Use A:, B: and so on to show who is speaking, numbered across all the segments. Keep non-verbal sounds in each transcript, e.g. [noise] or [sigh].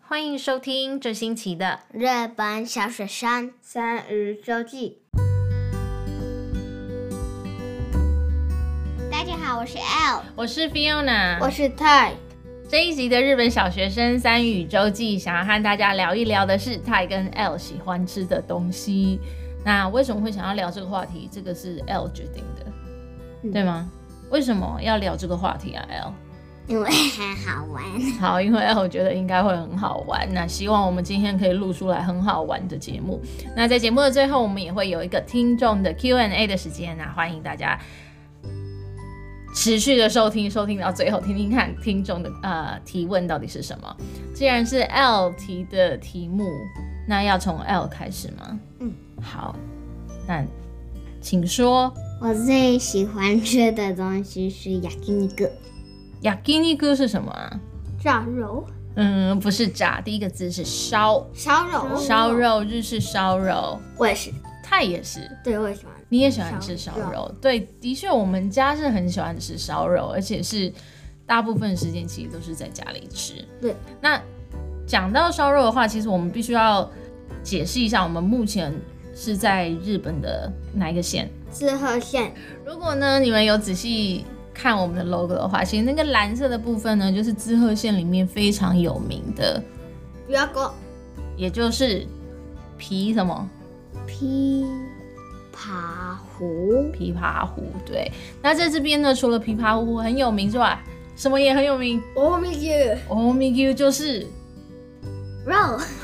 A: 欢迎收听这星期的
B: 日本小雪山三日周记。大家好，我是 L，
A: 我是 Fiona，
B: 我是 Ty。
A: 这一集的日本小学生三语周记，想要和大家聊一聊的是泰跟 L 喜欢吃的东西。那为什么会想要聊这个话题？这个是 L 决定的，
B: 嗯
A: 对吗？为什么要聊这个话题啊？L
B: 嗯因为很好玩，
A: 好，因为 L 觉得应该会很好玩。那希望我们今天可以录出来很好玩的节目。那在节目的最后，我们也会有一个听众的 Q&A 的时间那欢迎大家持续的收听，收听到最后，听听看听众的呃提问到底是什么。既然是 L 提的题目，那要从 L 开始吗？
B: 嗯，
A: 好，那请说。
B: [laughs] 我最喜欢吃的东西是 yakiniku，
A: yakiniku 是什么啊？
B: 炸肉，
A: 嗯，不是炸，第一个字是烧，
B: 烧肉
A: 烧，肉，日式烧肉。
B: 我也是，
A: 泰也是，
B: 对，我也喜欢。
A: 你也喜欢吃烧
B: 烧
A: 肉？对，的确，我们家是很喜欢吃烧肉，而且是大部分时间其实都是在家里吃。
B: 对，
A: 那讲到烧肉的话，其实我们必须要解释一下，我们目前是在日本的哪一个县？
B: 滋贺县
A: 如果呢，你们有仔细看我们的 logo 的话，其实那个蓝色的部分呢，就是滋贺县里面非常有名的，
B: 不要狗
A: 也就是皮什么
B: 琵琶湖，
A: 琵琶湖，对。那在这边呢，除了琵琶湖很有名之外，什么也很有名。
B: 我们去
A: o m i g u 就是 [laughs]
B: 肉，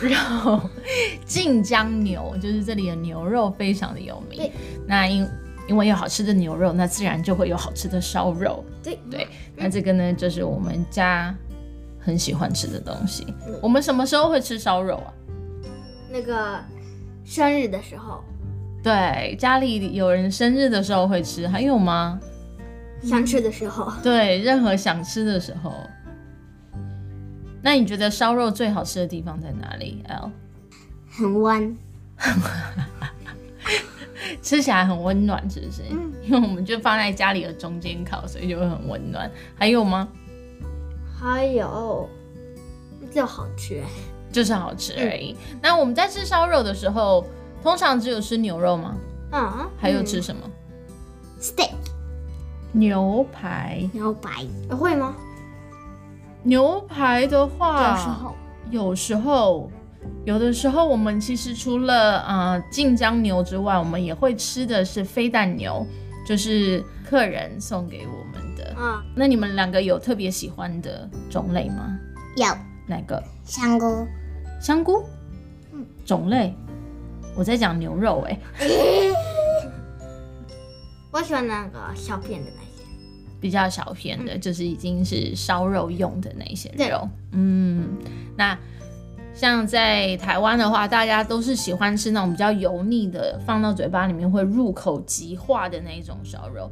A: 肉，晋江牛就是这里的牛肉非常的有名
B: 对。
A: 那因因为有好吃的牛肉，那自然就会有好吃的烧肉。
B: 对
A: 对，那这个呢，就是我们家很喜欢吃的东西
B: 嗯。
A: 我们什么时候会吃烧肉啊？
B: 那个生日的时候
A: 对，家里有人生日的时候会吃，还有吗？
B: 想吃的时候。
A: 对，任何想吃的时候。那你觉得烧肉最好吃的地方在哪里？L
B: 很弯，
A: 吃起来很温暖，是不是？
B: 嗯
A: 因为我们就放在家里的中间烤，所以就会很温暖。还有吗？
B: 还有就好吃。
A: 就是好吃而已。那我们在吃烧肉的时候，通常只有吃牛肉吗？
B: 嗯，
A: 还有吃什么？
B: steak
A: 牛排。
B: 牛排，会吗？
A: 牛排的
B: 有
A: 话，
B: 时候
A: 有时候，有的时候我们其实除了呃晋江牛之外，我们也会吃的是飞蛋牛，就是客人送给我们的。
B: 嗯，
A: 那你们两个有特别喜欢的种类吗？
B: 有
A: 哪个？
B: 香菇。
A: 香菇？
B: 嗯
A: 种类？我在讲牛肉哎、
B: 我喜欢那个小片的那些。
A: 比较小片的，就是已经是烧肉用的那一些
B: 对
A: 肉。嗯，那像在台湾的话，大家都是喜欢吃那种比较油腻的，放到嘴巴里面会入口即化的那一种烧肉。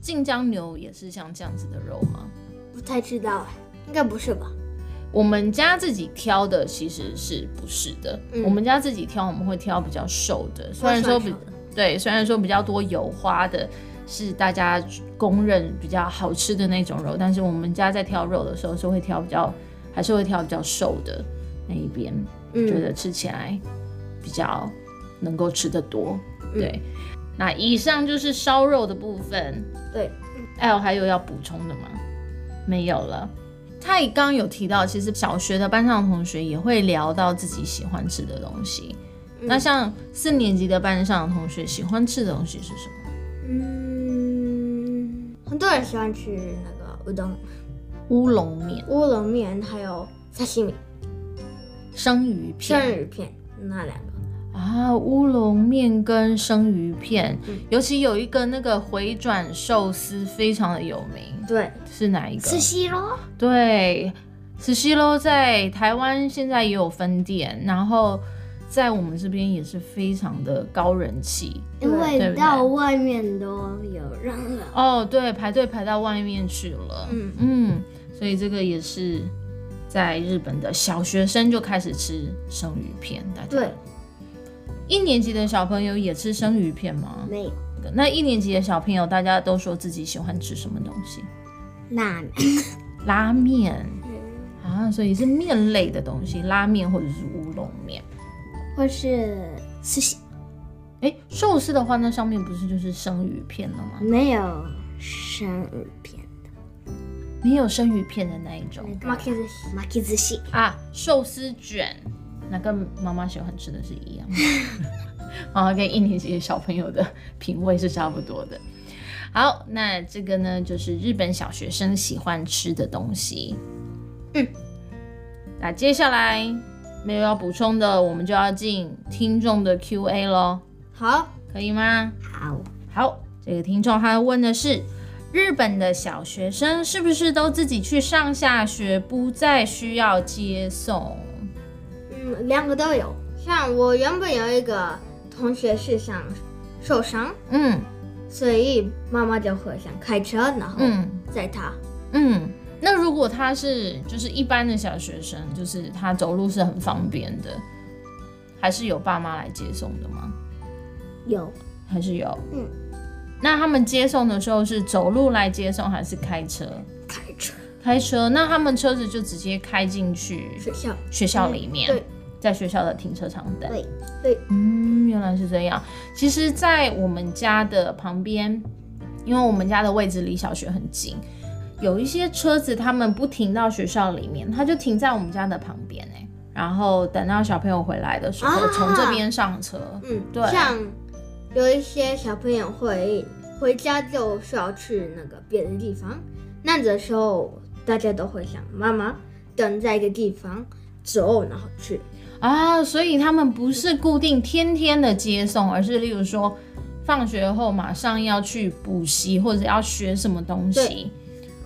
A: 晋江牛也是像这样子的肉吗？
B: 不太知道哎，应该不是吧？
A: 我们家自己挑的其实是不是的？
B: 嗯
A: 我们家自己挑，我们会挑比较瘦的，虽然
B: 我喜欢
A: 说比
B: 瘦的
A: 对，虽然说比较多油花的是大家公认比较好吃的那种肉，但是我们家在挑肉的时候是会挑比较，还是会挑比较瘦的那一边，觉
B: 嗯，
A: 得吃起来比较能够吃得多。
B: 嗯
A: 对，那以上就是烧肉的部分。
B: 对，
A: L 还有要补充的吗？没有了。泰刚有提到，其实小学的班上同学也会聊到自己喜欢吃的东西。
B: 嗯
A: 那像四年级的班上同学喜欢吃的东西是什么？
B: 嗯，很多人喜欢吃那个乌冬、
A: 乌龙面、
B: 乌龙面，还有沙西米、
A: 生鱼
B: 生
A: 片
B: 鱼片那两个。
A: 啊，乌龙面跟生鱼片，
B: 嗯
A: 尤其有一个那个回转寿司非常的有名，
B: 对，
A: 是哪一个？
B: 西咯。
A: 对，慈溪楼在台湾现在也有分店，然后在我们这边也是非常的高人气对
B: 因
A: 对
B: 为
A: 不对
B: 到外面都有人了。
A: 哦。对，排队排到外面去了。
B: 嗯
A: 嗯，所以这个也是在日本的小学生就开始吃生鱼片，大家
B: 对，
A: 一年级的小朋友也吃生鱼片吗？
B: 没有
A: 那一年级的小朋友大家都说自己喜欢吃什么东西？
B: 那。
A: 拉面。啊，所以是面类的东西，拉面或者是乌龙面。
B: 或是是西
A: 哎，寿司的话，那上面不是就是生鱼片了吗？
B: 没有生鱼片
A: 没有生鱼片的那一种
B: 马克子西，马克子西，
A: 啊，寿司卷，那跟妈妈喜欢吃的是一样的。 [laughs] 妈妈跟印尼这些小朋友的品味是差不多的。好，那这个呢，就是日本小学生喜欢吃的东西。
B: 嗯，
A: 那接下来没有要补充的，我们就要进听众的 Q&A 咯，
B: 好，
A: 可以吗？
B: 好，
A: 好，这个听众他问的是：日本的小学生是不是都自己去上下学，不再需要接送？
C: 嗯，两个都有。像我原本有一个同学是想受伤，
A: 嗯
C: 所以妈妈就会想开车，然后
A: 嗯
C: 载他。
A: 嗯。那如果他是就是一般的小学生，就是他走路是很方便的，还是有爸妈来接送的吗？
B: 有
A: 还是有？
C: 嗯。
A: 那他们接送的时候是走路来接送，还是开车？
C: 开车
A: 开车，那他们车子就直接开进去
C: 学校，
A: 学校里面，
C: 对
A: 在学校的停车场等。
B: 对
C: 对，
A: 嗯，原来是这样。其实，在我们家的旁边，因为我们家的位置离小学很近，有一些车子他们不停到学校里面，它就停在我们家的旁边哎、然后等到小朋友回来的时候，
C: 啊
A: 从、这边上车。
C: 嗯，
A: 对
C: 像有一些小朋友会回家就需要去那个别的地方，那的时候大家都会想妈妈等在一个地方走，然后去。
A: 啊，所以他们不是固定天天的接送，而是例如说，放学后马上要去补习或者要学什么东西
C: 对，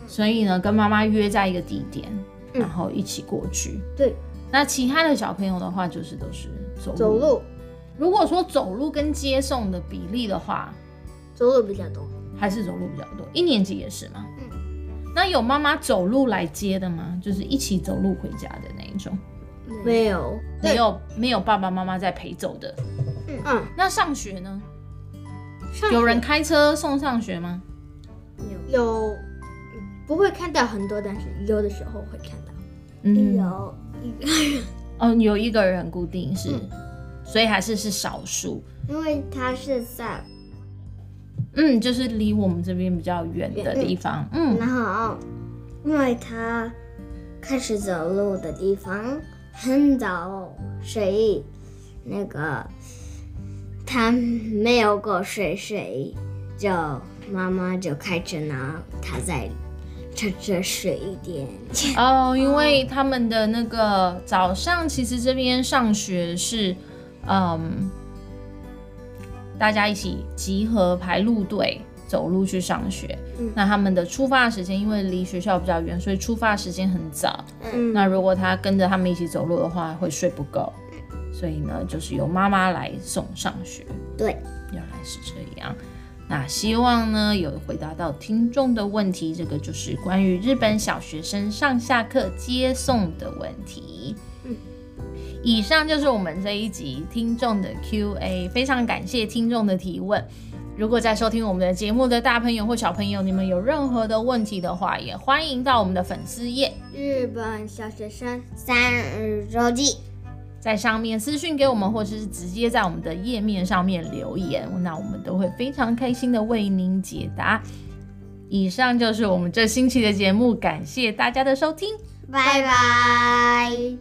A: 所以呢，跟妈妈约在一个地点，
C: 嗯
A: 然后一起过去。
C: 对，
A: 那其他的小朋友的话，就是都是走路。
C: 走路
A: 如果说走路跟接送的比例的话，
C: 走路比较多。
A: 还是走路比较多。一年级也是吗？嗯。那有妈妈走路来接的吗？就是一起走路回家的那一种，
C: 没有，
A: 没有没有爸爸妈妈在陪走的。
C: 嗯，
A: 那上学呢？
C: 上
A: 有人开车送上学吗？
B: 有
C: 有嗯不会看到很多，但是有的时候会看到。
A: 嗯
B: 有
A: 哦，有一个人固定是，所以还是是少数。
B: 因为它是在，
A: 嗯，就是离我们这边比较远的地方。嗯
B: 然后因为它开始走路的地方很早，所以那个它没有过水水，就妈妈就开着呢，它在趁着水一点。
A: 哦，因为
C: 嗯
A: 他们的那个早上，其实这边上学是，嗯，大家一起集合排路队。走路去上学，
C: 嗯
A: 那他们的出发时间因为离学校比较远，所以出发时间很早。
C: 嗯，
A: 那如果他跟着他们一起走路的话，会睡不够，所以呢，就是由妈妈来送上学。
B: 对，
A: 原来是这样。那希望呢有回答到听众的问题，这个就是关于日本小学生上下课接送的问题。
C: 嗯
A: 以上就是我们这一集听众的 Q&A，非常感谢听众的提问。如果在收听我们的节目的大朋友或小朋友，你们有任何的问题的话，也欢迎到我们的粉丝页
C: 日本小学生
B: 三日周记。
A: 在上面私讯给我们，或者是直接在我们的页面上面留言，那我们都会非常开心的为您解答。以上就是我们这星期的节目，感谢大家的收听。
B: 拜拜。